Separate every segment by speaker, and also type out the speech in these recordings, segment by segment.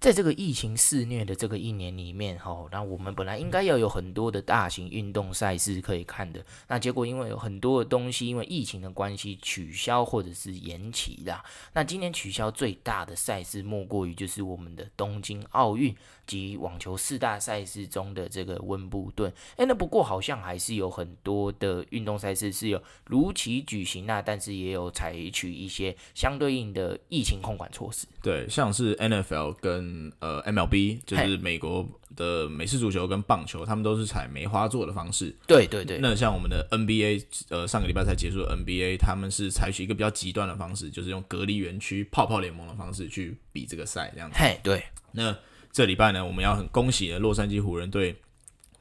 Speaker 1: 在这个疫情肆虐的这个一年里面，哈，那我们本来应该要有很多的大型运动赛事可以看的，那结果因为有很多的东西因为疫情的关系取消或者是延期啦。那今年取消最大的赛事莫过于就是我们的东京奥运及网球四大赛事中的这个温布顿。诶，那不过好像还是有很多的运动赛事是有如期举行那、但是也有采取一些相对应的疫情控管措施。
Speaker 2: 对，像是 NFL 跟呃 MLB，就
Speaker 1: 嘿
Speaker 2: 是美国的美式足球跟棒球，他们都是采梅花座的方式。
Speaker 1: 对对对，
Speaker 2: 那像我们的 NBA，呃，上个礼拜才结束的 NBA，他们是采取一个比较极端的方式，就是用隔离园区、泡泡联盟的方式去比这个赛，这样子。
Speaker 1: 嘿，对，
Speaker 2: 那这礼拜呢，我们要很恭喜呢，洛杉矶湖人队，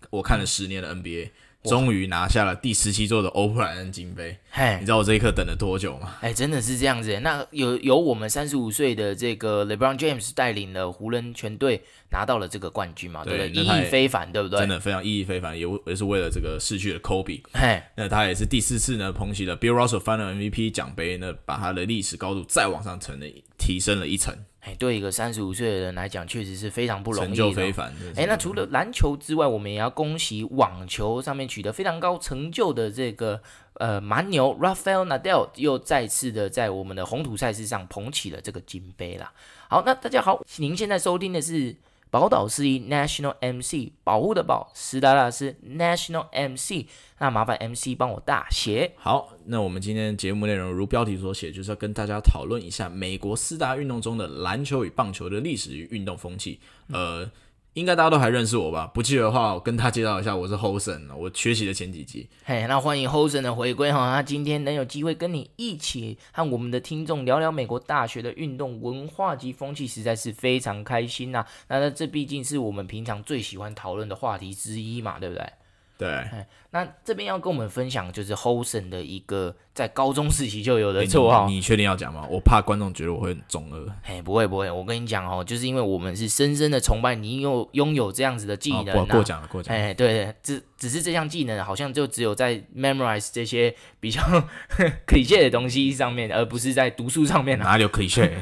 Speaker 2: 我看了十年的 NBA，终于拿下了第十七座的欧普莱恩金杯。
Speaker 1: 嘿
Speaker 2: 你，知道我这一刻等了多久吗？
Speaker 1: 哎，真的是这样子耶。那有有我们三十五岁的这个 LeBron James 带领了湖人全队拿到了这个冠军嘛，对
Speaker 2: 对
Speaker 1: 不对？
Speaker 2: 那
Speaker 1: 意
Speaker 2: 他
Speaker 1: 义
Speaker 2: 也
Speaker 1: 非凡，对不对？
Speaker 2: 真的非常意义非凡，也也是为了这个逝去的 Kobe。
Speaker 1: 嘿，
Speaker 2: 那他也是第四次呢，捧起了 Bill Russell Final MVP 奖杯呢，把他的历史高度再往上层的提升了一层，
Speaker 1: 哎，对一个三十五岁的人来讲，确实是非常不容易
Speaker 2: 成
Speaker 1: 的。
Speaker 2: 就非凡。真的是
Speaker 1: 哎，那除了篮球之外，我们也要恭喜网球上面取得非常高成就的这个呃蛮牛 Rafael Nadal 又再次的在我们的红土赛事上捧起了这个金杯啦。好，那大家好，您现在收听的是宝岛四一 National MC 保护的宝，斯达拉斯 National MC，那麻烦 MC 帮我大写。
Speaker 2: 好，那我们今天节目内容如标题所写，就是要跟大家讨论一下美国四大运动中的篮球与棒球的历史与运动风气。
Speaker 1: 嗯
Speaker 2: 呃，应该大家都还认识我吧？不记得的话，我跟大家介绍一下，我是 Hosen，我缺席了前几集。
Speaker 1: 嘿，那欢迎 Hosen 的回归哈、那今天能有机会跟你一起和我们的听众聊聊美国大学的运动文化及风气，实在是非常开心呐、那那这毕竟是我们平常最喜欢讨论的话题之一嘛，对不对？
Speaker 2: 对，
Speaker 1: 那这边要跟我们分享就是 Hosen 的一个在高中时期就有的
Speaker 2: 没
Speaker 1: 绰号。
Speaker 2: 哎你你确定要讲吗？我怕观众觉得我会很中二。
Speaker 1: 嘿，不会不会，我跟你讲哦，就是因为我们是深深的崇拜你有拥有这样子的技
Speaker 2: 哦
Speaker 1: 能、啊
Speaker 2: 过过奖了，过奖了。
Speaker 1: 哎，对，只只是这项技能好像就只有在 memorize 这些比较 cliché 的东西上面，而不是在读书上面啊。
Speaker 2: 哪里有 cliche？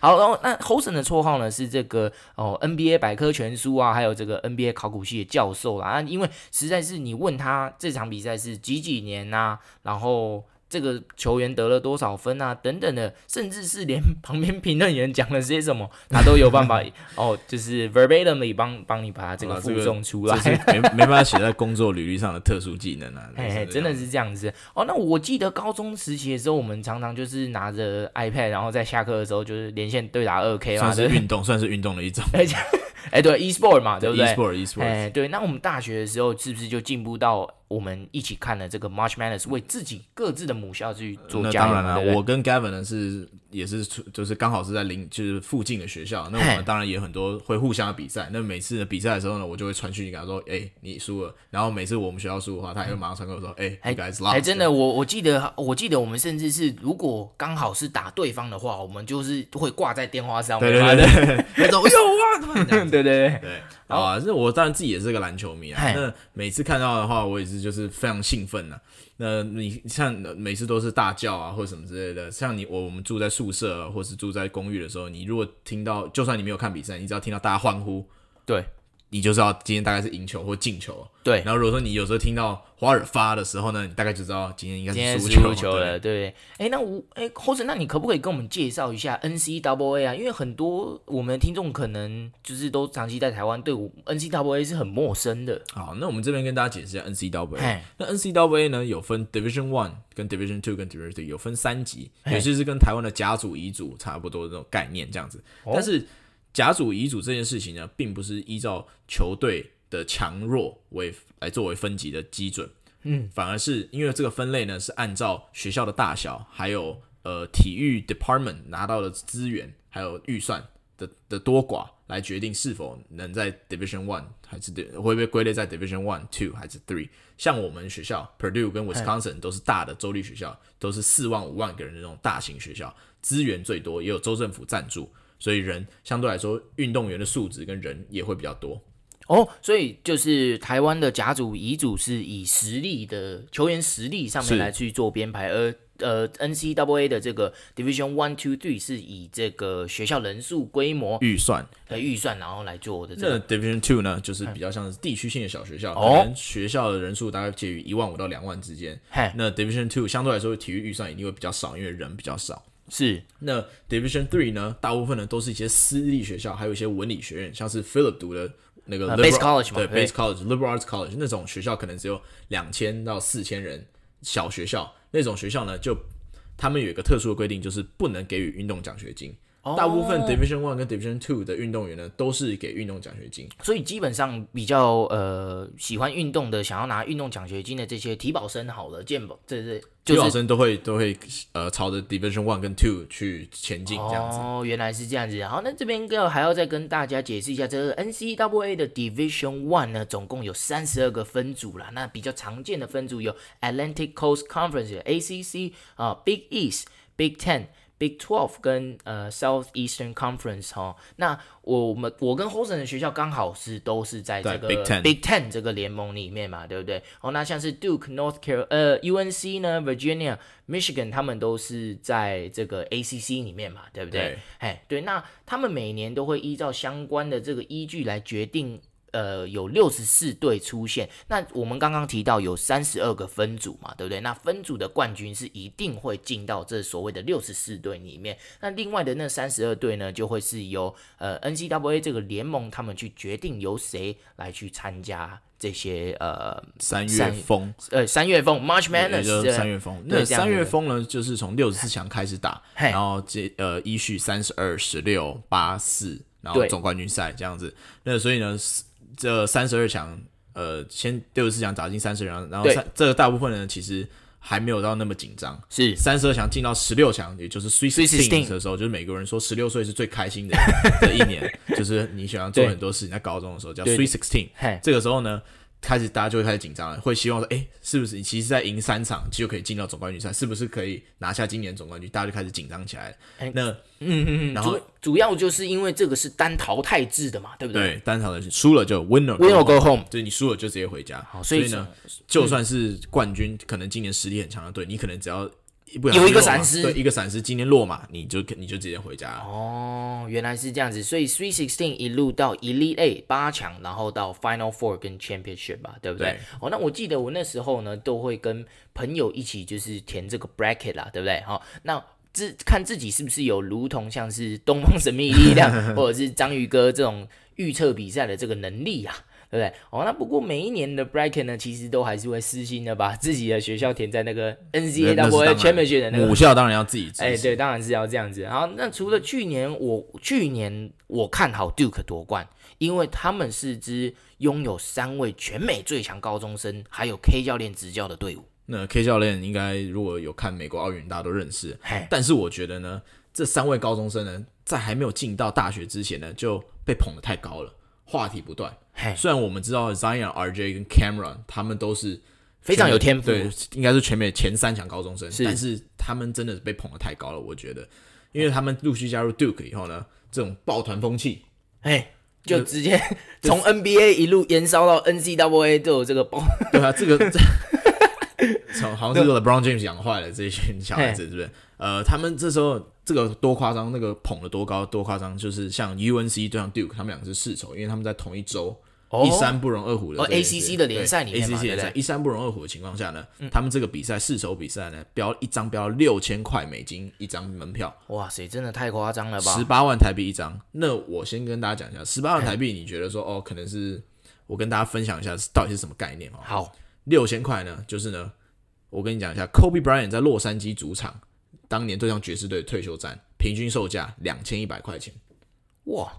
Speaker 1: 好，然后那 Hosen 的绰号呢是这个哦 NBA 百科全书啊，还有这个 NBA 考古系的教授啦。啊，因为实在是你问他这场比赛是几几年呐、然后。这个球员得了多少分啊？等等的，甚至是连旁边评论员讲了些什么，他都有办 法哦，就是 verbatimly 帮帮你把他这
Speaker 2: 好
Speaker 1: 个
Speaker 2: 啦
Speaker 1: 附
Speaker 2: 这个
Speaker 1: 送出来。
Speaker 2: 这是没没办法写在工作履历上的特殊技能啊！
Speaker 1: 哎，
Speaker 2: 这
Speaker 1: 真的
Speaker 2: 样
Speaker 1: 是这样子哦。那我记得高中时期的时候，我们常常就是拿着 iPad，然后在下课的时候就是连线对打二 K 嘛，
Speaker 2: 算
Speaker 1: 对
Speaker 2: 是
Speaker 1: 不对？
Speaker 2: 运动，算是运动的 一种，
Speaker 1: 哎，对，eSport 嘛，对不对？
Speaker 2: ？e-sport，e-sport，
Speaker 1: 哎，对，那我们大学的时候是不是就进步到我们一起看了这个 March Madness，为自己各自的母校去做
Speaker 2: 那
Speaker 1: 加
Speaker 2: 当
Speaker 1: 油
Speaker 2: 然
Speaker 1: 嘛？
Speaker 2: 了，
Speaker 1: 对不对
Speaker 2: 我跟 Gavin 呢是也是出就是刚好是在邻就是附近的学校，那
Speaker 1: 嘿
Speaker 2: 我们当然也有很多会互相的比赛。那每次的比赛的时候呢，我就会传讯息给他说：“哎、你输了。”然后每次我们学校输的话，他也会马上传给我说：“哎、
Speaker 1: 哎
Speaker 2: y o u guys
Speaker 1: 哎，
Speaker 2: lost。”
Speaker 1: 真的，我我记得，我记得我们甚至是，如果刚好是打对方的话，我们就是会挂在电话上面
Speaker 2: 对对
Speaker 1: 嘛，
Speaker 2: 对对对， 那种哎呦哇，怎么
Speaker 1: 对对对，
Speaker 2: 对，啊，这我当然自己也是个篮球迷啊
Speaker 1: 嘿。
Speaker 2: 那每次看到的话，我也是就是非常兴奋呐、那你像每次都是大叫啊，或者什么之类的。像你我我们住在宿舍、啊、或是住在公寓的时候，你如果听到，就算你没有看比赛，你只要听到大家欢呼，
Speaker 1: 对
Speaker 2: 你就知道今天大概是赢球或进球。啊
Speaker 1: 对
Speaker 2: 然。后如果说你有时候听到华尔发的时候呢，你大概就知道今天应该
Speaker 1: 今天
Speaker 2: 是
Speaker 1: 输
Speaker 2: 球
Speaker 1: 球
Speaker 2: 对
Speaker 1: 了，对不对？哎，那我哎，或者那你可不可以跟我们介绍一下 NCAA 啊？因为很多我们的听众可能就是都长期在台湾，对我 NCAA 是很陌生的。
Speaker 2: 好，那我们这边跟大家解释一下 NCAA
Speaker 1: 嘿。
Speaker 2: 那 NCAA 呢有分 Division One、跟 Division Two、跟 Division Three，有分三级，也就是跟台湾的甲组、乙组差不多这种概念这样子。但是甲组、乙组这件事情呢，并不是依照球队的强弱为来作为分级的基准，嗯，反而是因为这个分类呢是按照学校的大小，还有呃体育 department 拿到的资源，还有预算的的多寡来决定是否能在 Division One 还是 Div- 会被归类在 Division One、Two 还是 Three。像我们学校 Purdue 跟 Wisconsin 都是大的州立学校，都是四万五万个人的那种大型学校，资源最多，也有州政府赞助，所以人相对来说运动员的素质跟人也会比较多。
Speaker 1: 哦，所以就是台湾的甲组、乙组是以实力的球员实力上面
Speaker 2: 是
Speaker 1: 来去做编排，而呃 NCAA 的这个 Division One Two Three 是以这个学校人数规模
Speaker 2: 预算。
Speaker 1: 的预算，然后来做的这
Speaker 2: 那
Speaker 1: 个。
Speaker 2: Division Two 呢，就是比较像是地区性的小学校，
Speaker 1: 啊嗯哦
Speaker 2: 可能学校的人数大概介于一万五到两万之间。
Speaker 1: 嘿，
Speaker 2: 那 Division Two 相对来说体育预算一定会比较少，因为人比较少。
Speaker 1: 是
Speaker 2: 那 Division Three 呢，大部分呢都是一些私立学校，还有一些文理学院，像是 Philip 读的那个
Speaker 1: 呃
Speaker 2: liberal-
Speaker 1: Base College 嘛
Speaker 2: 对
Speaker 1: 对
Speaker 2: Base College、Liberal Arts College 那种学校，可能只有两千到四千人小学校，那种学校呢，就他们有一个特殊的规定，就是不能给予运动奖学金。大部
Speaker 1: 哦
Speaker 2: 分 Division One 跟 Division Two 的运动员呢，都是给运动奖学金。
Speaker 1: 所以基本上比较呃喜欢运动的，想要拿运动奖学金的这些体保生好了，健保这这
Speaker 2: 体
Speaker 1: 就
Speaker 2: 保
Speaker 1: 是
Speaker 2: 生都会都会呃朝着 Division One 跟 Two 去前进这样子。
Speaker 1: 哦，原来是这样子。好，那这边要还要再跟大家解释一下，这个 NCAA 的 Division One 呢，总共有三十二个分组啦。那比较常见的分组有 Atlantic Coast Conference ACC 啊、Big East、Big Ten。Big Twelve 跟呃 Southeastern Conference 哈，那我们我跟 Hosen 的学校刚好是都是在这
Speaker 2: 在
Speaker 1: 个
Speaker 2: Big Ten
Speaker 1: Big Ten 这个联盟里面嘛，对不对？哦，那像是 Duke、North Carol 呃 UNC 呢、Virginia、Michigan 他们都是在这个 ACC 里面嘛，对不对
Speaker 2: 对？
Speaker 1: 哎，对，那他们每年都会依照相关的这个依据来决定。呃，有六十四队出现。那我们刚刚提到有三十二个分组嘛，对不对？那分组的冠军是一定会进到这所谓的六十四队里面。那另外的那三十二队呢，就会是由呃 NCAA 这个联盟他们去决定由谁来去参加这些呃
Speaker 2: 三月
Speaker 1: 三
Speaker 2: 风，
Speaker 1: 呃三月份 March
Speaker 2: 也
Speaker 1: Madness
Speaker 2: 就是
Speaker 1: 这
Speaker 2: 三月风。
Speaker 1: 对
Speaker 2: 那
Speaker 1: 这样
Speaker 2: 三
Speaker 1: 子哎
Speaker 2: 月风呢，就是从六十四强开始打，
Speaker 1: 嘿
Speaker 2: 然后这呃依序三十二、十六、八四，然后
Speaker 1: 对
Speaker 2: 总冠军赛这样子。那所以呢，是这三十二强，呃，先六十四强打进三十强，然后
Speaker 1: 对
Speaker 2: 三这个大部分呢，其实还没有到那么紧张。
Speaker 1: 是
Speaker 2: 三十二强进到十六强，也就是 Sweet
Speaker 1: Sweet
Speaker 2: Sixteen
Speaker 1: Sixteen
Speaker 2: 的时候，就是美国人说十六岁是最开心 的的一年，就是你喜欢做
Speaker 1: 对
Speaker 2: 很多事情。在高中的时候叫
Speaker 1: 对
Speaker 2: Sweet Sixteen，
Speaker 1: 嘿
Speaker 2: 这个时候呢，开始大家就会开始紧张了，会希望说，哎、是不是你其实再赢三场就可以进到总冠军赛，是不是可以拿下今年总冠军？大家就开始紧张起来了。
Speaker 1: 哎
Speaker 2: 那
Speaker 1: 嗯嗯嗯，
Speaker 2: 然后
Speaker 1: 主主要就是因为这个是单淘汰制的嘛，对不对？
Speaker 2: 对单场的是输了就 winner
Speaker 1: Winner go
Speaker 2: go home，
Speaker 1: home，
Speaker 2: 就是你输了就直接回家。
Speaker 1: 好所
Speaker 2: 所
Speaker 1: 以
Speaker 2: 呢，就算是冠军，可能今年实力很强的队，你可能只要一不小心
Speaker 1: 有一个
Speaker 2: 落马
Speaker 1: 闪失
Speaker 2: 对一个闪失，今天落马你就你就直接回家了。
Speaker 1: 哦，原来是这样子，所以 Three Sixteen 一路到 Elite A 八强，然后到 Final Four 跟 Championship 吧，对不对？
Speaker 2: 对
Speaker 1: 哦，那我记得我那时候呢，都会跟朋友一起就是填这个 bracket 啦，对不对？哦，那自看自己是不是有如同像是东方神秘力 量或者是章鱼哥这种预测比赛的这个能力啊。对不对？哦，那不过每一年的 bracket 呢，其实都还是会私心的把自己的学校填在那个
Speaker 2: 那那是当
Speaker 1: NCAA
Speaker 2: 然
Speaker 1: championship 的那个
Speaker 2: 母校当然要自己支持。
Speaker 1: 哎、对，当然是要这样子。好，那除了去年我去年我看好 Duke 夺冠，因为他们是支拥有三位全美最强高中生，还有 K 教练执教的队伍。
Speaker 2: 那 K 教练应该如果有看美国奥运，大家都认识。
Speaker 1: 嘿，
Speaker 2: 但是我觉得呢，这三位高中生呢，在还没有进到大学之前呢，就被捧得太高了，话题不断。
Speaker 1: 嘿，
Speaker 2: 虽然我们知道 Zion、RJ 跟 Cameron 他们都是
Speaker 1: 非常有天赋
Speaker 2: 对，应该是全美前三强高中生，
Speaker 1: 是
Speaker 2: 但是他们真的是被捧得太高了，我觉得，因为他们陆续加入 Duke 以后呢，这种抱团 风气，
Speaker 1: 嘿，就直接从 NBA 一路延烧到 NCAA 都有这个包。
Speaker 2: 对啊，这个这 从好像是 LeBron James 养坏了这一群小孩子，是不是？呃，他们这时候这个多夸张，那个捧的多高多夸张，就是像 UNC 对上 Duke，他们两个是世仇，因为他们在同一周。
Speaker 1: 哦
Speaker 2: 一山不容二虎的
Speaker 1: 哦
Speaker 2: 这件事
Speaker 1: ACC 的联赛里
Speaker 2: 对
Speaker 1: 面嘛
Speaker 2: ACC 联
Speaker 1: 对嗯
Speaker 2: 赛
Speaker 1: 不
Speaker 2: 一山不容二虎的情况下呢，他们这个比赛世仇比赛呢，标一张标六千块美金一张门票，
Speaker 1: 哇塞，真的太夸张了
Speaker 2: 十
Speaker 1: 吧？
Speaker 2: 八万台币一张。那我先跟大家
Speaker 1: 嗯
Speaker 2: 讲一下，十八万台币，你觉得说哦，可能是我跟大家分享一下到底是什么概念哦。
Speaker 1: 好，
Speaker 2: 六千块呢，就是呢，我跟你讲一下，Kobe Bryant 在洛杉矶主场当年对上爵士队的退休战，平均售价两千一百块钱，
Speaker 1: 哇，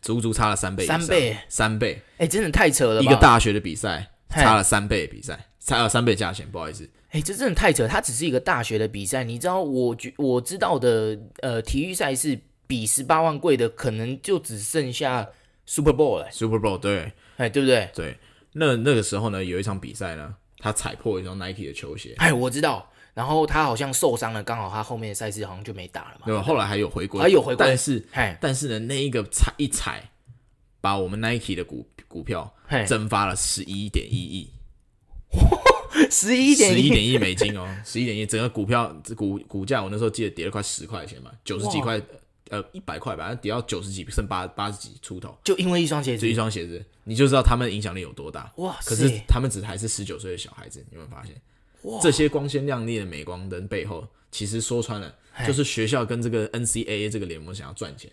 Speaker 2: 足足差了三倍以上，
Speaker 1: 三倍，
Speaker 2: 三倍，
Speaker 1: 哎、真的太扯了
Speaker 2: 一个
Speaker 1: 吧？
Speaker 2: 大学的比赛
Speaker 1: 嘿
Speaker 2: 差了三倍的比赛，差了三倍价钱，不好意思，
Speaker 1: 哎、这真的太扯！它只是一个大学的比赛，你知道我觉我知道的，呃，体育赛事比十八万贵的，可能就只剩下 Super Bowl 了、
Speaker 2: ，Super Bowl 对
Speaker 1: 哎，对不对？
Speaker 2: 对，那那个时候呢，有一场比赛呢，他踩破一双 Nike 的球鞋。
Speaker 1: 哎，我知道。然后他好像受伤了，刚好他后面的赛事好像就没打了嘛。哎
Speaker 2: 对吧？后来还有回归，
Speaker 1: 还有回归
Speaker 2: 但是
Speaker 1: 嘿，
Speaker 2: 但是呢，那一个踩一踩，把我们 Nike 的股股票
Speaker 1: 嘿，
Speaker 2: 蒸发了十一点一亿，
Speaker 1: 十一点
Speaker 2: 十一点亿美金哦， 十一点亿，整个股票股股价，我那时候记得跌了快十块钱嘛，九十几块，呃，一百块吧，跌到九十几，剩八八十几出头，
Speaker 1: 就因为一双鞋
Speaker 2: 就
Speaker 1: 子
Speaker 2: 一，双鞋子，你就知道他们影响力有多大。
Speaker 1: 哇塞
Speaker 2: 可是他们只还是十九岁的小孩子，你有没有发现？这些光鲜亮丽的镁光灯背后，其实说穿了，就是学校跟这个 NCAA 这个联盟想要赚钱。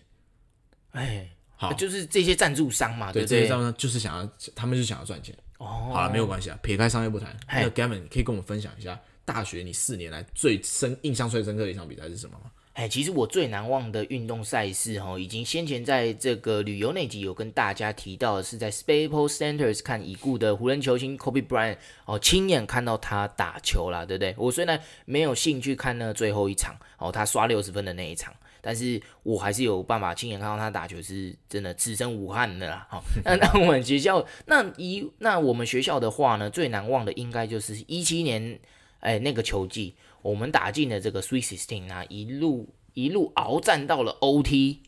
Speaker 1: 哎，
Speaker 2: 好，
Speaker 1: 就是这些赞助商嘛，对
Speaker 2: 对
Speaker 1: 不
Speaker 2: 这些
Speaker 1: 对？
Speaker 2: 账上就是想要，他们就想要赚钱。
Speaker 1: 哦，
Speaker 2: 好了，没有关系啊，撇开商业不谈，
Speaker 1: 嘿
Speaker 2: 那 Gavin 你可以跟我们分享一下大学你四年来最深、印象最深刻的一场比赛是什么吗？
Speaker 1: 哎，其实我最难忘的运动赛事哈，已经先前在这个旅游那集有跟大家提到的是在 Staples Centers 看已故的湖人球星 Kobe Bryant 哦，亲眼看到他打球啦，对不对？我虽然没有兴趣看那最后一场哦，他刷六十分的那一场。但是我还是有办法亲眼看到他打球，是真的此生无憾的啦。好、哦 那那我们学校，那一那我们学校的话呢，最难忘的应该就是一七年，哎，那个球季，我们打进了这个 Sweet Sixteen 啊，一路一路鏖战到了 OT，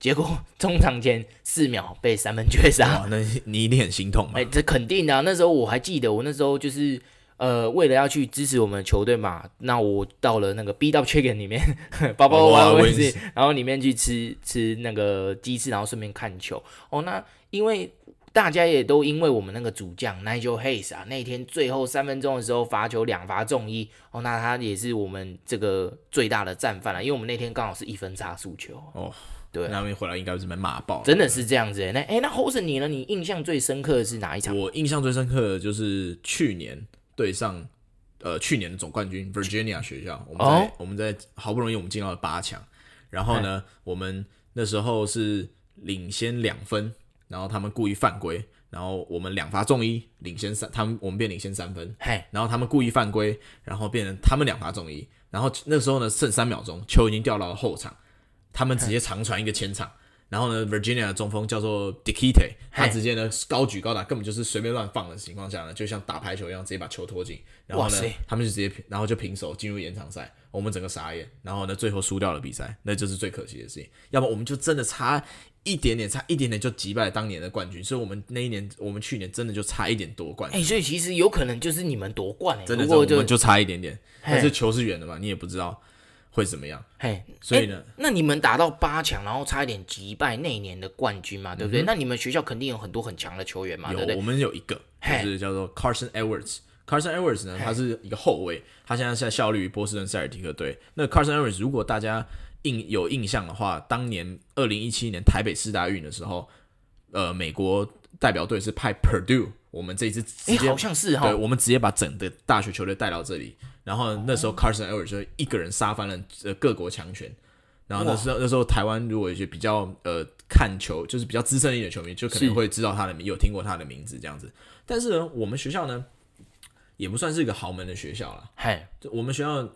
Speaker 1: 结果中场前四秒被三分绝杀。
Speaker 2: 哇，那你一定很心痛
Speaker 1: 啊
Speaker 2: 吧
Speaker 1: 哎、？这肯定的啊、那时候我还记得，我那时候就是呃，为了要去支持我们球队嘛，那我到了那个 B Double Chicken 里面， 包包
Speaker 2: 哇
Speaker 1: 我
Speaker 2: 我
Speaker 1: 位
Speaker 2: 也
Speaker 1: 置
Speaker 2: 是，
Speaker 1: 然后里面去吃吃那个鸡翅，然后顺便看球。哦，那因为。大家也都因为我们那个主将 Nigel Hayes 啊，那天最后三分钟的时候罚球两罚中一哦，那他也是我们这个最大的战犯了、啊因为我们那天刚好是一分差输球，
Speaker 2: 哦，
Speaker 1: 对啊
Speaker 2: 那他们回来应该是被骂爆了。
Speaker 1: 真的是这样子欸。那哎、那 h o s e n 你呢？你印象最深刻的是哪一场？
Speaker 2: 我印象最深刻的就是去年对上呃去年的总冠军 Virginia 学校，我们在、
Speaker 1: 哦
Speaker 2: 我们在好不容易我们进到了八强，然后呢，
Speaker 1: 哎
Speaker 2: 我们那时候是领先两分，然后他们故意犯规，然后我们两罚中一，领先三，他们我们变领先三分，
Speaker 1: 嘿，
Speaker 2: 然后他们故意犯规，然后变成他们两罚中一，然后那时候呢剩三秒钟，球已经掉到了后场，他们直接长传一个前场，然后呢 Virginia 的中锋叫做 Dikite，他
Speaker 1: 嘿
Speaker 2: 直接呢高举高打，根本就是随便乱放的情况下呢，就像打排球一样直接把球拖进，然后
Speaker 1: 哇
Speaker 2: 呢
Speaker 1: 塞
Speaker 2: 他们就直接平然后就平手进入延长赛，我们整个傻眼，然后呢最后输掉了比赛，那就是最可惜的事情，要么我们就真的差。一点点差一点点就击败当年的冠军，所以我们那一年，我们去年真的就差一点夺冠
Speaker 1: 哎、。所以其实有可能就是你们夺冠哎、
Speaker 2: 真的
Speaker 1: 不
Speaker 2: 是我
Speaker 1: 过就
Speaker 2: 们就差一点点，
Speaker 1: 嘿
Speaker 2: 但是球是圆的嘛，你也不知道会怎么样。
Speaker 1: 嘿，哎
Speaker 2: 所以呢，
Speaker 1: 那你们打到八强，然后差一点击败那一年的冠军嘛，对不对？那你们学校肯定有很多很强的球员嘛，对不
Speaker 2: 嗯有
Speaker 1: 对
Speaker 2: 我？们有一个
Speaker 1: 嘿
Speaker 2: 就是叫做 Carson Edwards。Carson Edwards 呢，他是一个后卫，他现在在效力于波士顿塞尔提克队。那 Carson Edwards 如果大家印有印象的话，当年二零一七年台北市大运的时候，呃，美国代表队是派 Purdue，我们这一支直
Speaker 1: 哎、
Speaker 2: 接
Speaker 1: 好像是哈
Speaker 2: 对，，我们直接把整个大学球队带到这里。然后那
Speaker 1: 哦
Speaker 2: 时候 Carson Edwards 就一个人杀翻了呃各国强权。然后那时候那时候台湾如果有一些比较呃看球就是比较资深一点的球迷，就可
Speaker 1: 是
Speaker 2: 能会知道他的名，有听过他的名字这样子。但是呢，我们学校呢也不算是一个豪门的学校啦，
Speaker 1: 嘿，
Speaker 2: 就我们学校。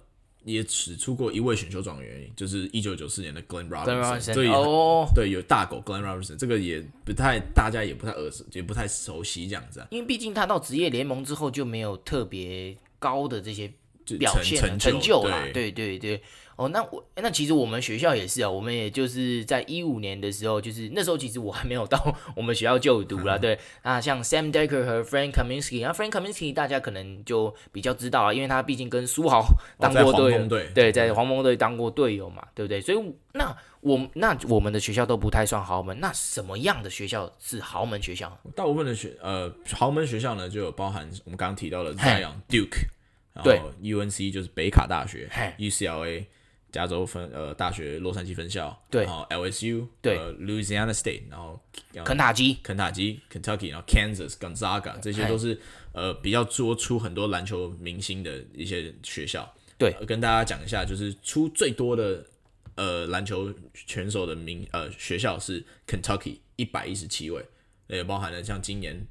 Speaker 2: 也只出过一位选秀状元而已，就是一九九四年的 Glenn
Speaker 1: 跟
Speaker 2: Robinson，这
Speaker 1: Robinson
Speaker 2: 也
Speaker 1: 哦，
Speaker 2: 啊对有大狗 Glenn Robinson，这个也不太大家也不太耳熟，也不太熟悉这样子啊。
Speaker 1: 因为毕竟他到职业联盟之后就没有特别高的这些
Speaker 2: 就
Speaker 1: 表
Speaker 2: 呃成
Speaker 1: 现了
Speaker 2: 成
Speaker 1: 成就啦，
Speaker 2: 对
Speaker 1: 对对对。哦，那我那其实我们学校也是啊，我们也就是在一五年的时候，就是那时候其实我还没有到我们学校就读 啦，对。那像 Sam Decker 和 Frank Kaminsky，那 Frank Kaminsky 大家可能就比较知道啊，因为他毕竟跟苏 豪当
Speaker 2: 哦在
Speaker 1: 过
Speaker 2: 黄
Speaker 1: 队
Speaker 2: 蜂
Speaker 1: 友，
Speaker 2: 队
Speaker 1: 对，在黄蜂队当过队友嘛，对不对？所以那我那我们的学校都不太算豪门，那什么样的学校是豪门学校？
Speaker 2: 大部分的学呃豪门学校呢，就有包含我们刚刚提到的
Speaker 1: 嘿
Speaker 2: Zion Duke，然
Speaker 1: 对
Speaker 2: 后 UNC 就是北卡大学
Speaker 1: 嘿
Speaker 2: ，UCLA 加州分呃大学洛杉矶分校，
Speaker 1: 对
Speaker 2: 然后 LSU
Speaker 1: 对
Speaker 2: 呃 Louisiana State，然后呃然后
Speaker 1: 肯塔基，
Speaker 2: 肯塔基 Kentucky，然后 Kansas Gonzaga 这些
Speaker 1: 嘿
Speaker 2: 都是呃比较多出很多篮球明星的一些学校。
Speaker 1: 对
Speaker 2: 呃跟大家讲一下，就是出最多的呃篮球选手的名呃学校是 Kentucky 一百一十七位，那也包含了像今年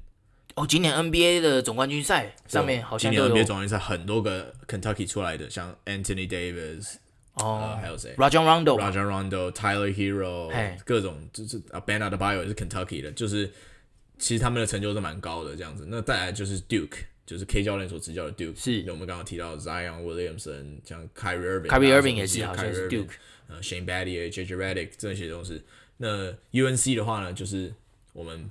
Speaker 1: 哦，今年 NBA 的总冠军赛上面好像
Speaker 2: 今
Speaker 1: 都
Speaker 2: 年 NBA
Speaker 1: 有
Speaker 2: 总决赛很多个 Kentucky 出来的，像 Anthony Davis，呃
Speaker 1: 哦
Speaker 2: 还有谁
Speaker 1: Rajon Rondo 嘛
Speaker 2: Rajon Rondo、Tyler Hero
Speaker 1: 嘿
Speaker 2: 各种就是啊 b a n a d Bio 也是 Kentucky 的，就是其实他们的成就都蛮高的这样子。那再来就是 Duke，就是 K 教练所执教的 Duke，
Speaker 1: 是
Speaker 2: 我们刚刚提到 Zion Williamson，像 Kyrie Irving、
Speaker 1: Kyrie
Speaker 2: 啊
Speaker 1: Irving 也是
Speaker 2: Kyrie
Speaker 1: 好像是
Speaker 2: Irving
Speaker 1: Duke
Speaker 2: 呃 Shane Battier、JJ Redick 这些都是。那 UNC 的话呢，就是我们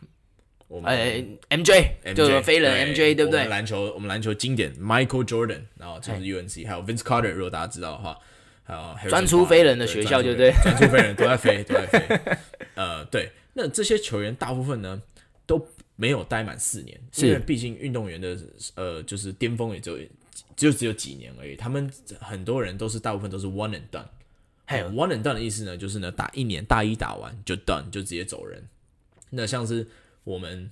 Speaker 2: 我们
Speaker 1: 呃，MJ
Speaker 2: MJ,
Speaker 1: 就是飞人
Speaker 2: 嗯对
Speaker 1: MJ，对不
Speaker 2: 我
Speaker 1: 对哎
Speaker 2: 们？篮球，我们篮球经典 Michael Jordan，然后就是 UNC，还有 Vince Carter，如果大家知道的话，还有 Harrison
Speaker 1: 专出
Speaker 2: Barnes，
Speaker 1: 飞人的学校就对
Speaker 2: 专出飞人专出飞人都在飞，都在 飞。呃，对，那这些球员大部分呢都没有待满四年，
Speaker 1: 是
Speaker 2: 因为毕竟运动员的呃就是巅峰也只有就只有几年而已，他们很多人都是大部分都是 one and done。
Speaker 1: 还有
Speaker 2: one and done 的意思呢，就是呢打一年大一打完就 done 就直接走人。那像是我们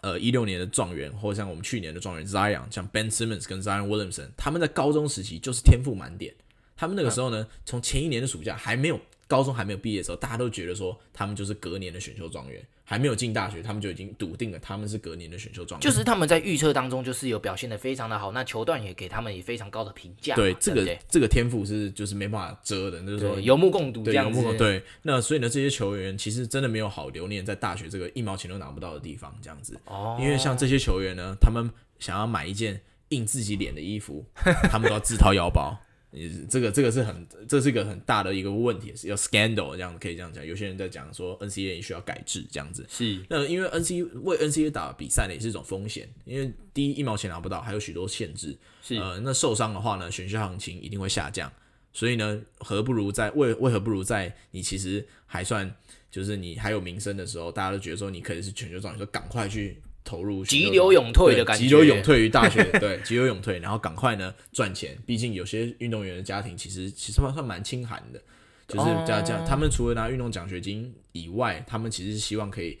Speaker 2: 呃一六年的状元，或像我们去年的状元 Zion，像 Ben Simmons 跟 Zion Williamson，他们在高中时期就是天赋满点。他们那个时候呢，
Speaker 1: 嗯
Speaker 2: 从前一年的暑假还没有高中还没有毕业的时候，大家都觉得说他们就是隔年的选秀状元，还没有进大学，他们就已经笃定了他们是隔年的选秀状元。
Speaker 1: 就是他们在预测当中就是有表现的非常的好，那球段也给他们也非常啊高的评价嘛，
Speaker 2: 对
Speaker 1: 对
Speaker 2: 这
Speaker 1: 不
Speaker 2: 个
Speaker 1: 对
Speaker 2: 这个天赋是就是没办法遮的，那就是说
Speaker 1: 对有目共睹这
Speaker 2: 对，
Speaker 1: 样
Speaker 2: 有
Speaker 1: 子
Speaker 2: 目，共，对，那所以呢，这些球员其实真的没有好留念在大学这个一毛钱都拿不到的地方，这样子。
Speaker 1: 哦，
Speaker 2: 因为像这些球员呢，他们想要买一件印自己脸的 衣服，他们都要自掏腰包。也是这个这个是很这是一个很大的一个问题，是要 scandal 这样子可以这样讲。有些人在讲说 NCAA 需要改制这样子，
Speaker 1: 是
Speaker 2: 那因为 N C 为 N C A 打比赛呢也是一种风险，因为第一一毛钱拿不到，还有许多限制。
Speaker 1: 是
Speaker 2: 呃，那受伤的话呢，选秀行情一定会下降。所以呢，何不如在为为何不如在你其实还算就是你还有名声的时候，大家都觉得说你可能是全球状元，说赶快去投入选秀
Speaker 1: 急流勇退
Speaker 2: 对
Speaker 1: 的感觉，
Speaker 2: 急流勇，退于大学，对，急流勇退，然后赶快呢赚钱。毕竟有些运动员的家庭其实其实算算蛮清寒的，就是这样这样。他们除了拿运动奖学金以外，他们其实是希望可以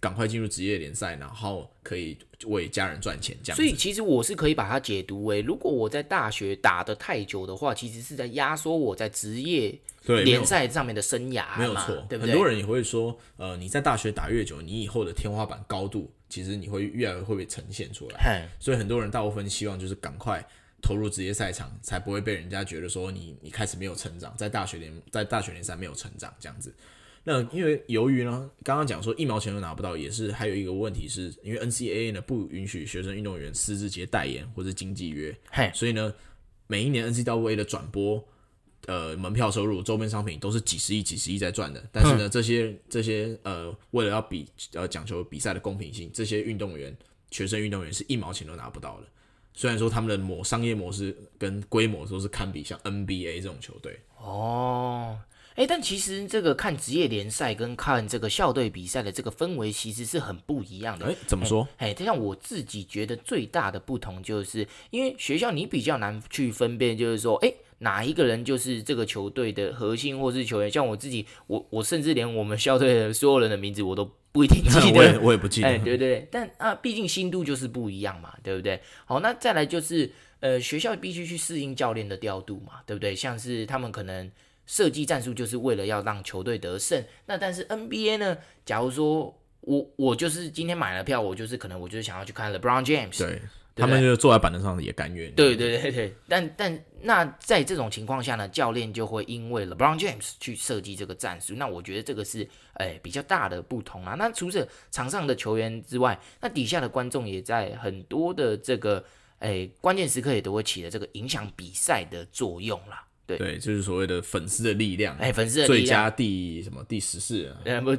Speaker 2: 赶快进入职业联赛，然后可以为家人赚钱这样子。
Speaker 1: 所以其实我是可以把它解读为，如果我在大学打的太久的话，其实是在压缩我在职业
Speaker 2: 对没有
Speaker 1: 联赛上面的生涯嘛，
Speaker 2: 没有错，
Speaker 1: 对不
Speaker 2: 很
Speaker 1: 对？
Speaker 2: 多人也会说，呃，你在大学打越久，你以后的天花板高度其实你会越来越会被呈现出来。
Speaker 1: 嘿
Speaker 2: 所以很多人大部分希望就是赶快投入职业赛场，才不会被人家觉得说你你开始没有成长，在大学联在大学联赛没有成长这样子。那因为由于呢，刚刚讲说一毛钱都拿不到，也是还有一个问题是，因为 NCAA 呢不允许学生运动员私自接代言或是经纪约，
Speaker 1: 嘿，
Speaker 2: 所以呢，每一年 NCAA 的转播，呃，门票收入、周边商品都是几十亿、几十亿在赚的。但是
Speaker 1: 嗯
Speaker 2: 呢，这些这些呃，为了要比呃讲求比赛的公平性，这些运动员、学生运动员是一毛钱都拿不到的。虽然说他们的模商业模式跟规模都是堪比像 NBA 这种球队，
Speaker 1: 哦。哎，但其实这个看职业联赛跟看这个校队比赛的这个氛围其实是很不一样的
Speaker 2: 哎、。怎么说？
Speaker 1: 哎，就像我自己觉得最大的不同，就是因为学校你比较难去分辨，就是说，哎，哪一个人就是这个球队的核心或是球员。像我自己，我我甚至连我们校队的所有人的名字我都不一定 记
Speaker 2: 我也
Speaker 1: 得。
Speaker 2: 我也不记得。
Speaker 1: 哎，对对对，但啊，毕竟心度就是不一样嘛，对不对？好，那再来就是，呃，学校必须去适应教练的调度嘛，对不对？像是他们可能设计战术就是为了要让球队得胜，那但是 NBA 呢，假如说我我就是今天买了票，我就是可能我就是想要去看 LeBron James，
Speaker 2: 对他们就坐在板凳上也甘愿。
Speaker 1: 对对对对，但但那在这种情况下呢，教练就会因为 LeBron James 去设计这个战术。那我觉得这个是哎、比较大的不同啊。那除了场上的球员之外，那底下的观众也在很多的这个哎、关键时刻也都会起了这个影响比赛的作用啦。对，
Speaker 2: 对，就是所谓的粉丝的力量，
Speaker 1: 哎、粉丝的
Speaker 2: 最
Speaker 1: 力量，
Speaker 2: 佳第什么第十四、啊，
Speaker 1: 呃不，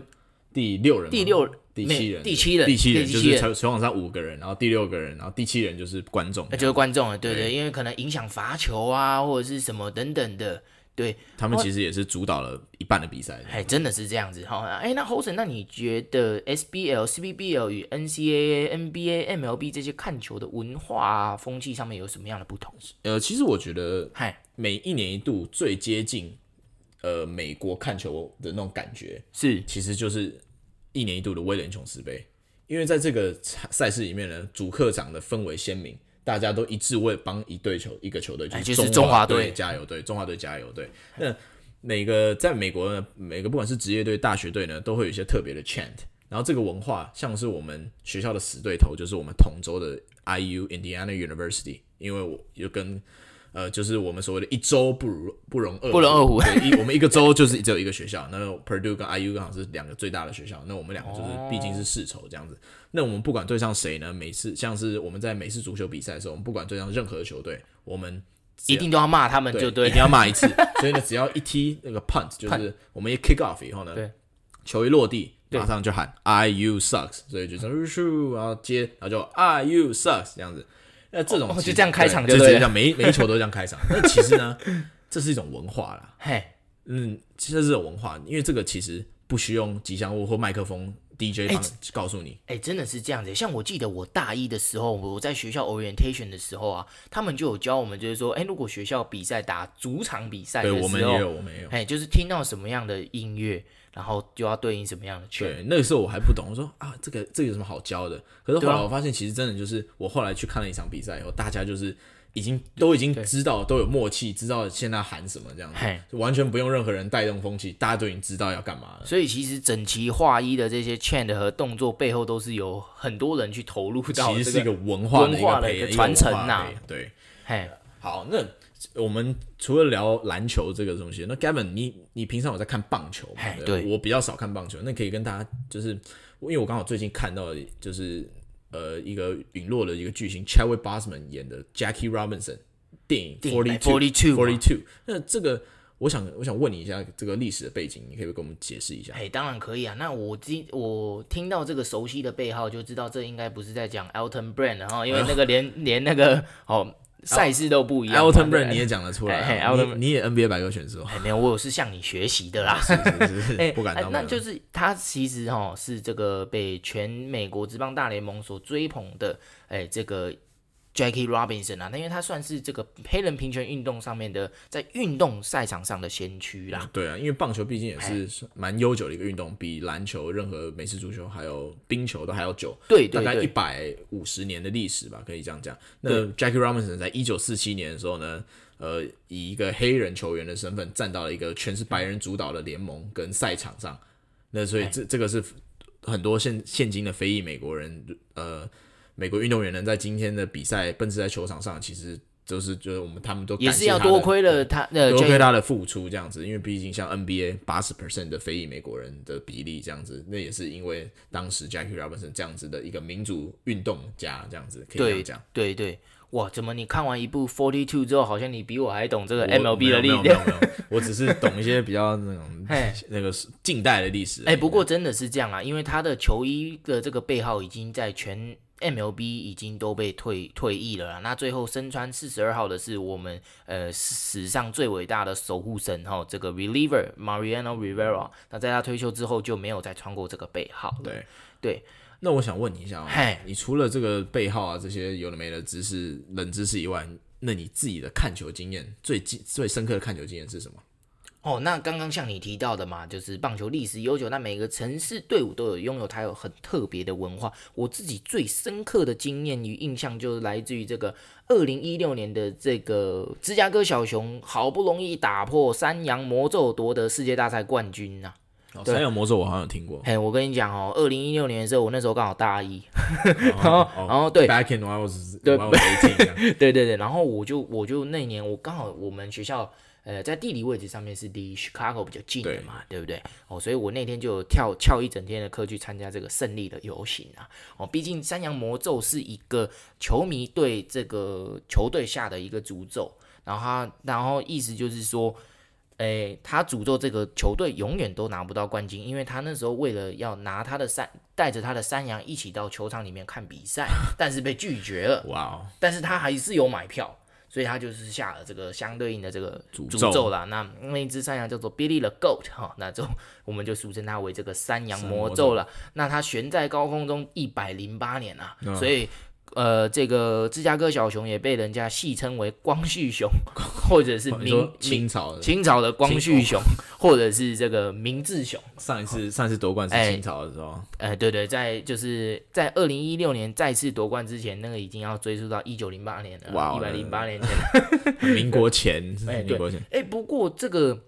Speaker 2: 第六人吗，
Speaker 1: 第六
Speaker 2: 第
Speaker 1: 没
Speaker 2: 七人，
Speaker 1: 第七人
Speaker 2: 第七人
Speaker 1: 第
Speaker 2: 就
Speaker 1: 七
Speaker 2: 是
Speaker 1: 人
Speaker 2: 球球场上五个人，然后第六个人，然后第七人就是观众
Speaker 1: 呃那，就是观众了，对
Speaker 2: 对
Speaker 1: 对，因为可能影响罚球啊，或者是什么等等的，对。
Speaker 2: 他们其实也是主导了一半的比赛。
Speaker 1: 哎，真的是这样子哈。哎、那侯神，那你觉得 SBL、CBBL 与 NCAA、NBA、MLB 这些看球的文化、啊、风气上面有什么样的不同？
Speaker 2: 呃，其实我觉得
Speaker 1: 嗨，
Speaker 2: 每一年一度最接近呃美国看球的那种感觉，
Speaker 1: 是
Speaker 2: 其实就是一年一度的威廉琼斯杯，因为在这个赛事里面呢，主客场的氛围鲜明，大家都一致为帮一队球一个球队，
Speaker 1: 哎
Speaker 2: 是
Speaker 1: 就是
Speaker 2: 中
Speaker 1: 中华
Speaker 2: 队
Speaker 1: 队
Speaker 2: 加油，对中华队加油，对。那每个在美国呢，每个不管是职业队、大学队呢，都会有一些特别的 chant。然后这个文化，像是我们学校的死对头，就是我们同州的 IU Indiana University，因为我就跟呃，就是我们所谓的一州不如不容二
Speaker 1: 不容二虎
Speaker 2: 对，一我们一个州就是只有一个学校，那 Purdue 跟 IU 刚好是两个最大的学校，那我们两个就是毕竟是世仇这样子。那我们不管对上谁呢，每次像是我们在美式足球比赛的时候，我们不管对上任何的球队，我们
Speaker 1: 一定都要骂他们就
Speaker 2: 一
Speaker 1: 对
Speaker 2: 定要骂一 次。所以呢，只要一踢那个 punt，就是我们一 kick off 以后呢
Speaker 1: 对，
Speaker 2: 球一落地，
Speaker 1: 对
Speaker 2: 马上就喊 I you sucks，所以就这样咻，然后接，然后就 I you sucks 这样子。那这种
Speaker 1: 哦哦
Speaker 2: 其实
Speaker 1: 就这样开场
Speaker 2: 对
Speaker 1: 就
Speaker 2: 就
Speaker 1: 对
Speaker 2: 直
Speaker 1: 了
Speaker 2: 接这 样，每一每一球都这样开场。那其实呢，这是一种文化啦，
Speaker 1: 嘿，
Speaker 2: 嗯，其实这种文化，因为这个其实不需用吉祥物或麦克风 DJ 帮告诉你，
Speaker 1: 哎、真的是这样子。像我记得我大一的时候，我在学校 orientation 的时候啊，他们就有教我们，就是说，哎、如果学校比赛打主场比赛的
Speaker 2: 对
Speaker 1: 哎时候，
Speaker 2: 我们也有，我们也有。
Speaker 1: 哎、就是听到什么样的音乐，然后就要对应什么样的球。
Speaker 2: 对，那个时候我还不懂，我说啊，这个这个有什么好教的？可是后
Speaker 1: 对
Speaker 2: 来
Speaker 1: 啊
Speaker 2: 我发现，其实真的就是我后来去看了一场比赛以后，大家就是已经都已经知道，都有默契，知道现在喊什么这样子
Speaker 1: 嘿，
Speaker 2: 就完全不用任何人带动风气，大家都已经知道要干嘛了。
Speaker 1: 所以其实整齐划一的这些 chant 和动作背后，都是有很多人去投入到
Speaker 2: 其
Speaker 1: 这
Speaker 2: 实是一
Speaker 1: 个。
Speaker 2: 个啊文化的一
Speaker 1: 文化
Speaker 2: 个
Speaker 1: 的
Speaker 2: 培
Speaker 1: 一个
Speaker 2: 养
Speaker 1: 传承啊
Speaker 2: 呐、
Speaker 1: 呐
Speaker 2: 一个文化培对，
Speaker 1: 嘿，
Speaker 2: 好，那我们除了聊篮球这个东西，那 Gavin，你你平常有在看棒球吗
Speaker 1: 嘿？
Speaker 2: 吧
Speaker 1: 对
Speaker 2: 我比较少看棒球，那可以跟大家就是，因为我刚好最近看到的就是呃一个陨落的一个巨星 Chadwick Boseman 演的 Jackie Robinson 电影
Speaker 1: 电影
Speaker 2: Forty
Speaker 1: 哎
Speaker 2: Two
Speaker 1: Two
Speaker 2: Forty
Speaker 1: 嘛
Speaker 2: Two，那这个我想我想问你一下这个历史的背景，你可以跟我们解释一下？
Speaker 1: 哎，当然可以啊。那我今我听到这个熟悉的背号，就知道这应该不是在讲 Elton Brand 然后因为那个连、 连那个哦赛事都不一样嘛。
Speaker 2: Elton
Speaker 1: 对
Speaker 2: Brand 你也讲得出来
Speaker 1: 嘿嘿
Speaker 2: 啊、
Speaker 1: 哎 Elton-
Speaker 2: 你你也 NBA 百科选手，
Speaker 1: 哎，没有，我有是向你学习的啦。
Speaker 2: 是是是
Speaker 1: 哎
Speaker 2: 是，不敢
Speaker 1: 哎那
Speaker 2: 当。不敢当
Speaker 1: 就是他其实哈是这个被全美国职棒大联盟所追捧的，哎，这个 Jackie Robinson 啊，那因为他算是这个黑人平权运动上面的，在运动赛场上的先驱啦。
Speaker 2: 对啊，因为棒球毕竟也
Speaker 1: 哎
Speaker 2: 是蛮悠久的一个运动，比篮球、任何美式足球还有冰球都还要久，
Speaker 1: 对
Speaker 2: 大
Speaker 1: 对
Speaker 2: 概一
Speaker 1: 对，
Speaker 2: 百五十年的历史吧，可以这样讲。那 Jackie Robinson 在一九四七年的时候呢，呃，以一个黑人球员的身份站到了一个全是白人主导的联盟跟赛场上，那
Speaker 1: 哎
Speaker 2: 所以这这个是很多现现今的非裔美国人，呃，美国运动员能在今天的比赛奔驰在球场上，其实就是就是我们他们都
Speaker 1: 也
Speaker 2: 感
Speaker 1: 是
Speaker 2: 谢
Speaker 1: 要
Speaker 2: 他的
Speaker 1: 多亏了他呃
Speaker 2: 多
Speaker 1: Jackie
Speaker 2: 亏他的付出这样子，因为毕竟像 NBA 八十 percent 的非裔美国人的比例这样子，那也是因为当时 Jackie Robinson 这样子的一个民主运动家这样子，可以这样
Speaker 1: 对
Speaker 2: 讲。
Speaker 1: 对对，哇，怎么你看完一部 Forty Two 之后，好像你比我还懂这个
Speaker 2: 我
Speaker 1: MLB 的
Speaker 2: 没有
Speaker 1: 历
Speaker 2: 没有
Speaker 1: 史？
Speaker 2: 没有没有，我只是懂一些比较那种
Speaker 1: 嘿
Speaker 2: 那个近代的历史而已。
Speaker 1: 哎、不过真的是这样啦，因为他的球衣的这个背号已经在全 MLB 已经都被退退役了啦。那最后身穿四十二号的是我们呃史上最伟大的守护神哈，这个 reliever Mariano Rivera。那在他退休之后就没有再穿过这个背号了。
Speaker 2: 对
Speaker 1: 对，
Speaker 2: 那我想问你一下、哦
Speaker 1: 嘿，
Speaker 2: 你除了这个背号啊这些有的没的知识冷知识以外，那你自己的看球经验最记最深刻的看球经验是什么？
Speaker 1: 哦，那刚刚像你提到的嘛，就是棒球历史悠久，那每个城市队伍都有拥有它有很特别的文化。我自己最深刻的经验与印象，就是来自于这个二零一六年的这个芝加哥小熊，好不容易打破山羊魔咒，夺得世界大赛冠军呐、
Speaker 2: 哦，
Speaker 1: 对
Speaker 2: 三有魔咒我好像有听过。
Speaker 1: 嘿，我跟你讲哦，二零一六年的时候，我那时候刚好大一，
Speaker 2: 然
Speaker 1: 后 然后对
Speaker 2: ，Back in when I was
Speaker 1: 对
Speaker 2: when I was eighteen 这样
Speaker 1: 对对对，然后我就我就那一年我刚好我们学校呃在地理位置上面是离 Chicago 比较近的
Speaker 2: 对
Speaker 1: 嘛，对不对？哦，所以我那天就有跳翘一整天的课去参加这个胜利的游行啊。哦，毕竟山羊魔咒是一个球迷对这个球队下的一个诅咒，然后他然后意思就是说。诶，他诅咒这个球队永远都拿不到冠军，因为他那时候为了要拿他的山，带着他的山羊一起到球场里面看比赛，但是被拒绝了。
Speaker 2: 哇哦，
Speaker 1: 但是他还是有买票，所以他就是下了这个相对应的这个
Speaker 2: 诅
Speaker 1: 诅
Speaker 2: 咒
Speaker 1: 咒啦。那那一只山羊叫做 Billy the Goat 哈、那就我们就俗称它为这个山羊
Speaker 2: 山
Speaker 1: 魔
Speaker 2: 魔
Speaker 1: 咒
Speaker 2: 咒
Speaker 1: 了。那它悬在高空中一百零八年啊，所以。呃，这个芝加哥小熊也被人家戏称为光绪 熊，或者是
Speaker 2: 哦你
Speaker 1: 明
Speaker 2: 说
Speaker 1: 明
Speaker 2: 清朝的
Speaker 1: 清朝的光
Speaker 2: 清
Speaker 1: 绪熊， 或者是这个明治熊。
Speaker 2: 上一次上一次夺冠是
Speaker 1: 哎
Speaker 2: 清朝的时候，
Speaker 1: 呃，对对，在就是在二零一六年再次夺冠之前，那个已经要追溯到一九零八年
Speaker 2: 哇
Speaker 1: 了，一
Speaker 2: 哦
Speaker 1: 百零八年前。
Speaker 2: 民国前，
Speaker 1: 哎 对
Speaker 2: 民国前，
Speaker 1: 哎、不过这个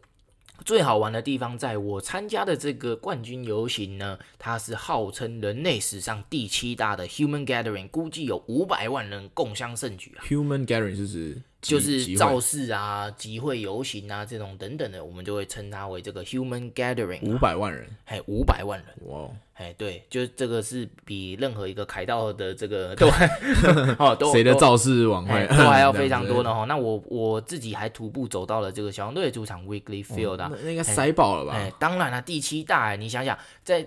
Speaker 1: 最好玩的地方，在我参加的这个冠军游行呢，它是号称人类史上第七大的 human gathering，估计有五百万人共襄盛举啊。
Speaker 2: Human Gathering 是指
Speaker 1: 就
Speaker 2: 集
Speaker 1: 是
Speaker 2: 集
Speaker 1: 造
Speaker 2: 会
Speaker 1: 势啊、集会游行啊这种等等的，我们就会称它为这个 human gathering，
Speaker 2: 五百万人，
Speaker 1: 还五百万人。
Speaker 2: 哇哦，
Speaker 1: 哎，对，就是这个是比任何一个凯道的这 个都哦都
Speaker 2: 谁的
Speaker 1: 都
Speaker 2: 造势晚
Speaker 1: 哎
Speaker 2: 会
Speaker 1: 都 还要
Speaker 2: 这样
Speaker 1: 非常
Speaker 2: 子
Speaker 1: 多呢哦。那我我自己还徒步走到了这个
Speaker 2: 哦嗯
Speaker 1: 小熊队的主场 Weekly Field 啊，
Speaker 2: 那那应该塞爆了吧？
Speaker 1: 哎，当然了、第七大哎，你想想，在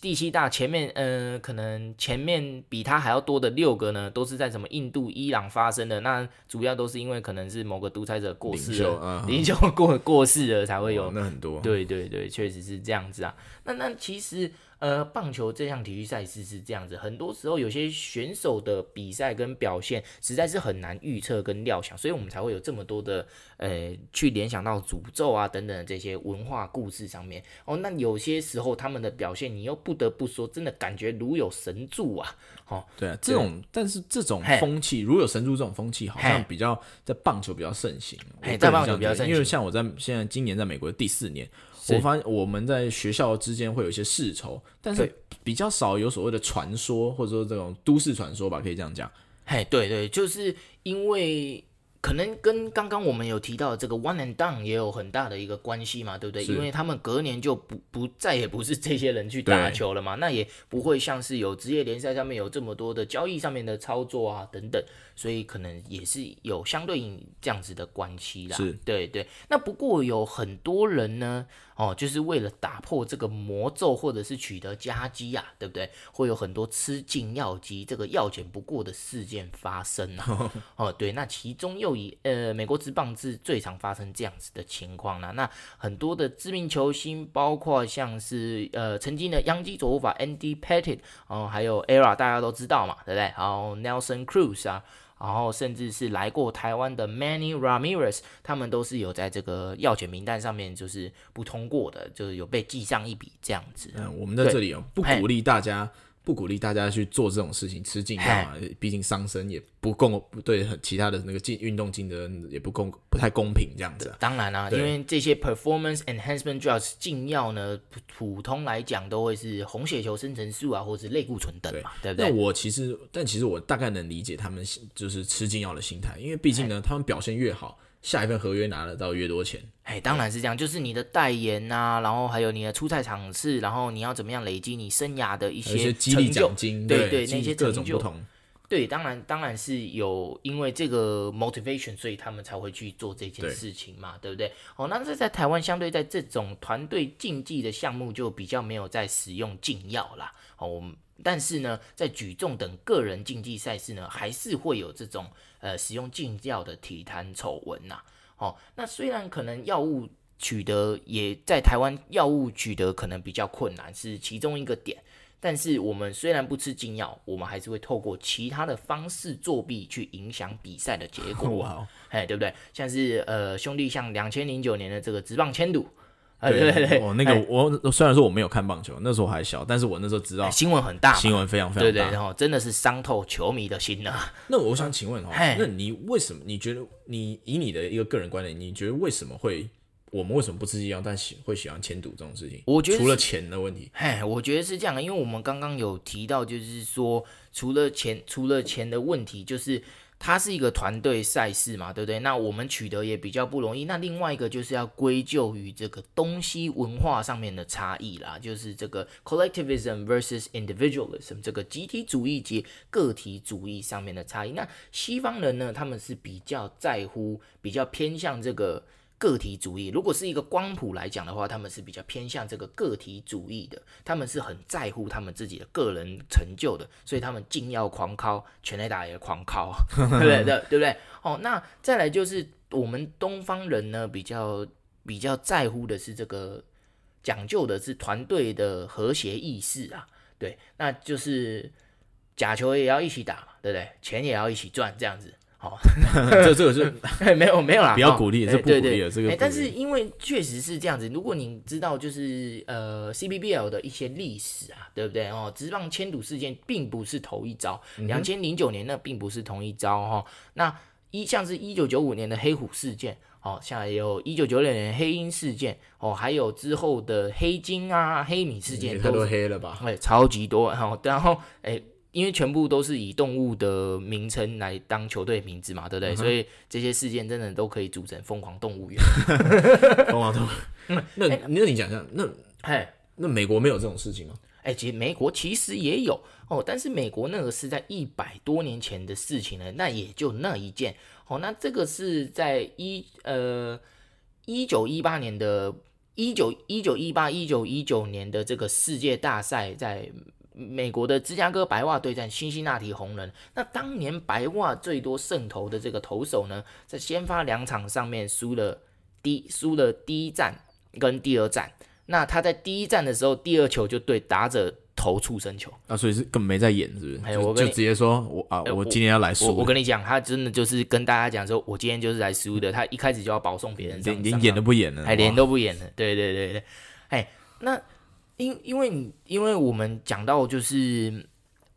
Speaker 1: 第七大前面，呃，可能前面比它还要多的六个呢，都是在什么印度、伊朗发生的。那主要都是因为可能是某个独裁者过世
Speaker 2: 领袖
Speaker 1: 了
Speaker 2: 啊，
Speaker 1: 领袖过过世了才会有
Speaker 2: 哦那很多，
Speaker 1: 对对对，确实是这样子啊。那那其实呃，棒球这项体育赛事是这样子，很多时候有些选手的比赛跟表现实在是很难预测跟料想，所以我们才会有这么多的呃去联想到诅咒啊等等的这些文化故事上面。哦，那有些时候他们的表现，你又不得不说，真的感觉如有神助啊。哦，
Speaker 2: 对啊，这种但是这种
Speaker 1: 嘿
Speaker 2: 风气，如有神助这种风气，好像
Speaker 1: 嘿
Speaker 2: 比较在棒球比较盛行。
Speaker 1: 嘿
Speaker 2: 我个人
Speaker 1: 在棒球
Speaker 2: 这样
Speaker 1: 比较
Speaker 2: 觉得
Speaker 1: 盛
Speaker 2: 因为
Speaker 1: 行
Speaker 2: 像我在现在今年在美国的第四年，我发现我们在学校之间会有一些世仇，但是
Speaker 1: 对
Speaker 2: 比较少有所谓的传说，或者说这种都市传说吧，可以这样讲。
Speaker 1: 嘿，对对，就是因为可能跟刚刚我们有提到的这个 one and done 也有很大的一个关系嘛，对不对？
Speaker 2: 是
Speaker 1: 因为他们隔年就不不再也不是这些人去打
Speaker 2: 对
Speaker 1: 球了嘛，那也不会像是有职业联赛上面有这么多的交易上面的操作啊等等，所以可能也是有相对应这样子的关系啦。
Speaker 2: 是
Speaker 1: 对对。那不过有很多人呢，哦，就是为了打破这个魔咒，或者是取得佳绩啊，对不对？会有很多吃禁药剂，这个药检不过的事件发生啊。哦，对，那其中又以呃美国职棒是最常发生这样子的情况啦、那很多的知名球星，包括像是呃曾经的央基左护法 Andy Pettit，哦，还有 ERA 大家都知道嘛，对不对？然后 Nelson Cruz 啊，然后甚至是来过台湾的 Manny Ramirez，他们都是有在这个药检名单上面就是不通过的，就是有被记上一笔这样子。
Speaker 2: 嗯，我们在
Speaker 1: 对
Speaker 2: 这里哦，不
Speaker 1: 嘿
Speaker 2: 鼓励大家，不鼓励大家去做这种事情，吃禁药啊，毕竟伤身也不公，不对其他的那个竞运动竞争也不公，不太公平这样子啊。
Speaker 1: 当然啦、
Speaker 2: 对
Speaker 1: 因为这些 performance enhancement drugs 禁药呢，普普通来讲都会是红血球生成素啊，或者是类固醇等嘛，对
Speaker 2: 那
Speaker 1: 不对？
Speaker 2: 我其实，但其实我大概能理解他们心就是吃禁药的心态，因为毕竟呢，他们表现越好，下一份合约拿得到越多钱。
Speaker 1: 哎，当然是这样，就是你的代言呐、然后还有你的出赛场次，然后你要怎么样累积你生涯的一
Speaker 2: 还有一些
Speaker 1: 些
Speaker 2: 激励
Speaker 1: 成就
Speaker 2: 奖，金，
Speaker 1: 对
Speaker 2: 对
Speaker 1: 对那
Speaker 2: 激
Speaker 1: 些
Speaker 2: 各
Speaker 1: 成
Speaker 2: 种
Speaker 1: 就
Speaker 2: 不同，
Speaker 1: 对，当然当然是有因为这个 motivation，所以他们才会去做这件
Speaker 2: 对
Speaker 1: 事情嘛，对不对？哦，那这在台湾相对在这种团队竞技的项目就比较没有在使用禁药啦。哦，我们但是呢，在举重等个人竞技赛事呢，还是会有这种呃使用禁药的体坛丑闻呐、哦，那虽然可能药物取得也在台湾药物取得可能比较困难，是其中一个点。但是我们虽然不吃禁药，我们还是会透过其他的方式作弊去影响比赛的结果。
Speaker 2: 哇，哦
Speaker 1: 哎，对不对？像是呃兄弟像两千零九年的这个直棒千赌， 哎
Speaker 2: 对
Speaker 1: 对
Speaker 2: 哦
Speaker 1: 对对，
Speaker 2: 我那个我虽然说我没有看棒球，那时候我还小，但是我那时候知道
Speaker 1: 哎新闻很大嘛，
Speaker 2: 新闻非常非
Speaker 1: 对
Speaker 2: 常
Speaker 1: 对，
Speaker 2: 大。
Speaker 1: 然后真的是伤透球迷的心了。
Speaker 2: 那我想请问哦
Speaker 1: 嘿，
Speaker 2: 那你为什么？你觉得你以你的一个个人观点，你觉得为什么会我们为什么不吃禁药，但喜会喜欢签赌这种事情？
Speaker 1: 我觉得
Speaker 2: 除
Speaker 1: 是
Speaker 2: 了钱的 问题，
Speaker 1: 嘿，我觉得是这样的，啊因为我们刚刚有提到，就是说除了钱，除了钱的问题，就是它是一个团队赛事嘛，对不对？那我们取得也比较不容易。那另外一个就是要归咎于这个东西文化上面的差异啦，就是这个 collectivism versus individualism 这个集体主义及个体主义上面的差异。那西方人呢，他们是比较在乎，比较偏向这个。个体主义，如果是一个光谱来讲的话，他们是比较偏向这个个体主义的，他们是很在乎他们自己的个人成就的，所以他们禁药狂敲，全垒打也狂敲， 对不对？对对不对？哦，那再来就是我们东方人呢，比较比较在乎的是这个讲究的是团队的和谐意识啊，对，那就是假球也要一起打嘛，对不对？钱也要一起赚，这样子。好、
Speaker 2: 这这个 是
Speaker 1: 没有没有啦，
Speaker 2: 不要
Speaker 1: 哦
Speaker 2: 鼓励
Speaker 1: 哎
Speaker 2: 这不
Speaker 1: 对
Speaker 2: 鼓励
Speaker 1: 对
Speaker 2: 了这个
Speaker 1: 哎
Speaker 2: 不
Speaker 1: 但
Speaker 2: 鼓
Speaker 1: 是
Speaker 2: 励
Speaker 1: 因为确实是这样子，如果你知道就是呃 CBBL 的一些历史啊，对不对哦？职棒迁赌事件并不是头一招，
Speaker 2: 嗯
Speaker 1: 两千零九年那并不是同一招哦。那一像是一九九五年的黑虎事件。哦，像还有一九九六年的黑鹰事件，哦，还有之后的黑金啊、黑米事件
Speaker 2: 也
Speaker 1: 都
Speaker 2: 太
Speaker 1: 是，
Speaker 2: 多黑了吧？
Speaker 1: 哎、超级多。然后，然后，哎、因为全部都是以动物的名称来当球队名字嘛，对不对？所以这些事件真的都可以组成疯狂动物园。
Speaker 2: 疯狂 动物。
Speaker 1: 嗯
Speaker 2: 那那你讲一下，那
Speaker 1: 哎
Speaker 2: 那美国没有这种事情吗？
Speaker 1: 哎、其实美国其实也有哦，但是美国那个是在一百多年前的事情了，那也就那一件哦。那这个是在一呃一九一八年的一九一九一八一九一九年的这个世界大赛，在美国的芝加哥白袜对战辛辛那提红人。那当年白袜最多胜投的这个投手呢，在先发两场上面输了第输了第一战跟第二战。那他在第一战的时候，第二球就对打者投触身球。
Speaker 2: 啊，所以是根本没在演，是不是？
Speaker 1: 哎
Speaker 2: 就
Speaker 1: 我跟
Speaker 2: 就
Speaker 1: 你
Speaker 2: 直接说我啊，
Speaker 1: 哎
Speaker 2: 我
Speaker 1: 我
Speaker 2: 今天要来
Speaker 1: 我我
Speaker 2: 输，
Speaker 1: 跟你讲，他真的就是跟大家讲说，我今天就是来输的。他一开始就要保送别人上，
Speaker 2: 连连
Speaker 1: 上
Speaker 2: 演都不演了，
Speaker 1: 哎，连
Speaker 2: 哇
Speaker 1: 都不演了。对对对对，哎，那因因为你因为我们讲到就是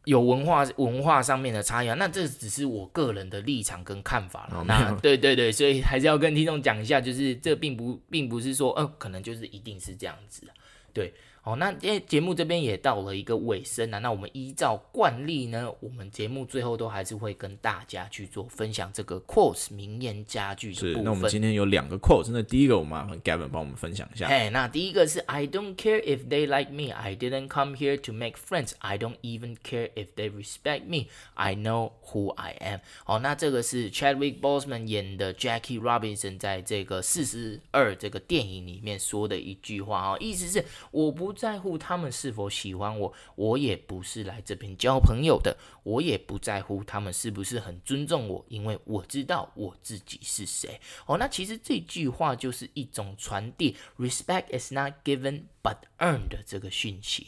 Speaker 1: 有文化文化上面的差异啊，那这只是我个人的立场跟看法了。
Speaker 2: 哦没
Speaker 1: 那
Speaker 2: 有
Speaker 1: 对对对，所以还是要跟听众讲一下，就是这并不并不是说，呃，可能就是一定是这样子啊对。好，那因为节目这边也到了一个尾声啊了、那我们依照惯例呢，我们节目最后都还是会跟大家去做分享这个 quotes 名言佳句的部
Speaker 2: 是。
Speaker 1: 分。
Speaker 2: 那我们今天有两个 quote，真的第一个我麻烦 Gavin 帮我们分享一下。
Speaker 1: 哎，那第一个是 I don't care if they like me. I didn't come here to make friends. I don't even care if they respect me. I know who I am. 好，那这个是 Chadwick Boseman 演的 Jackie Robinson 在这个四十二这个电影里面说的一句话哦，意思是我不在乎他们是否喜欢我，我也不是来这边交朋友的，我也不在乎他们是不是很尊重我，因为我知道我自己是谁。哦，那其实这句话就是一种传递 “respect is not given but earned” 的这个讯息。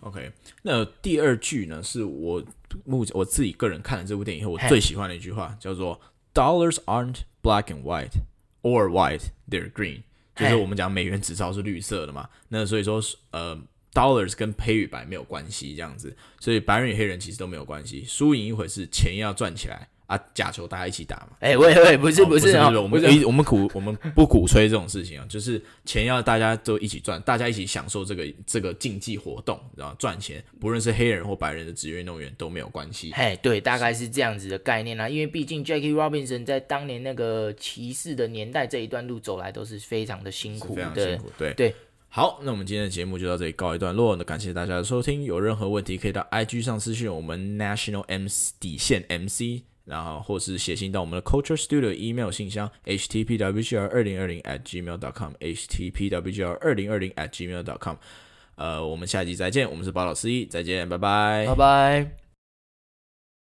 Speaker 2: OK，那第二句呢，是我目前我自己个人看了这部电影以后，我
Speaker 1: 嘿
Speaker 2: 最喜欢的一句话，叫做 “Dollars aren't black and white, or white they're green”，就是
Speaker 1: 嘿
Speaker 2: 我们讲美元纸钞是绿色的嘛。那所以说是，呃，dollars 跟黑与白没有关系，这样子，所以白人与黑人其实都没有关系，输赢一回事，钱要赚起来啊，假球大家一起打嘛。
Speaker 1: 哎、喂喂，不是
Speaker 2: 哦不
Speaker 1: 是
Speaker 2: 不
Speaker 1: 啊、
Speaker 2: 是，我
Speaker 1: 不
Speaker 2: 们
Speaker 1: 是
Speaker 2: 一我们鼓我们不鼓吹这种事情啊，就是钱要大家都一起赚，大家一起享受这个这个竞技活动，然后赚钱，不论是黑人或白人的职业运动员都没有关系。
Speaker 1: 嘿，对，大概是这样子的概念啦、因为毕竟 Jackie Robinson 在当年那个骑士的年代，这一段路走来都是非常的辛苦
Speaker 2: 非常
Speaker 1: 的
Speaker 2: 辛。苦，对
Speaker 1: 对。
Speaker 2: 好，那我们今天的节目就到这里告一段落。那感谢大家的收听，有任何问题可以到 IG 上私信我们 National M 底线 MC，然后或是写信到我们的 Culture Studio email 信箱 htpwgr 二零二零 at gmail.com htpwgr 二零二零 at gmail.com。呃，我们下集再见，我们是宝老师一，再见，拜拜
Speaker 1: 拜拜。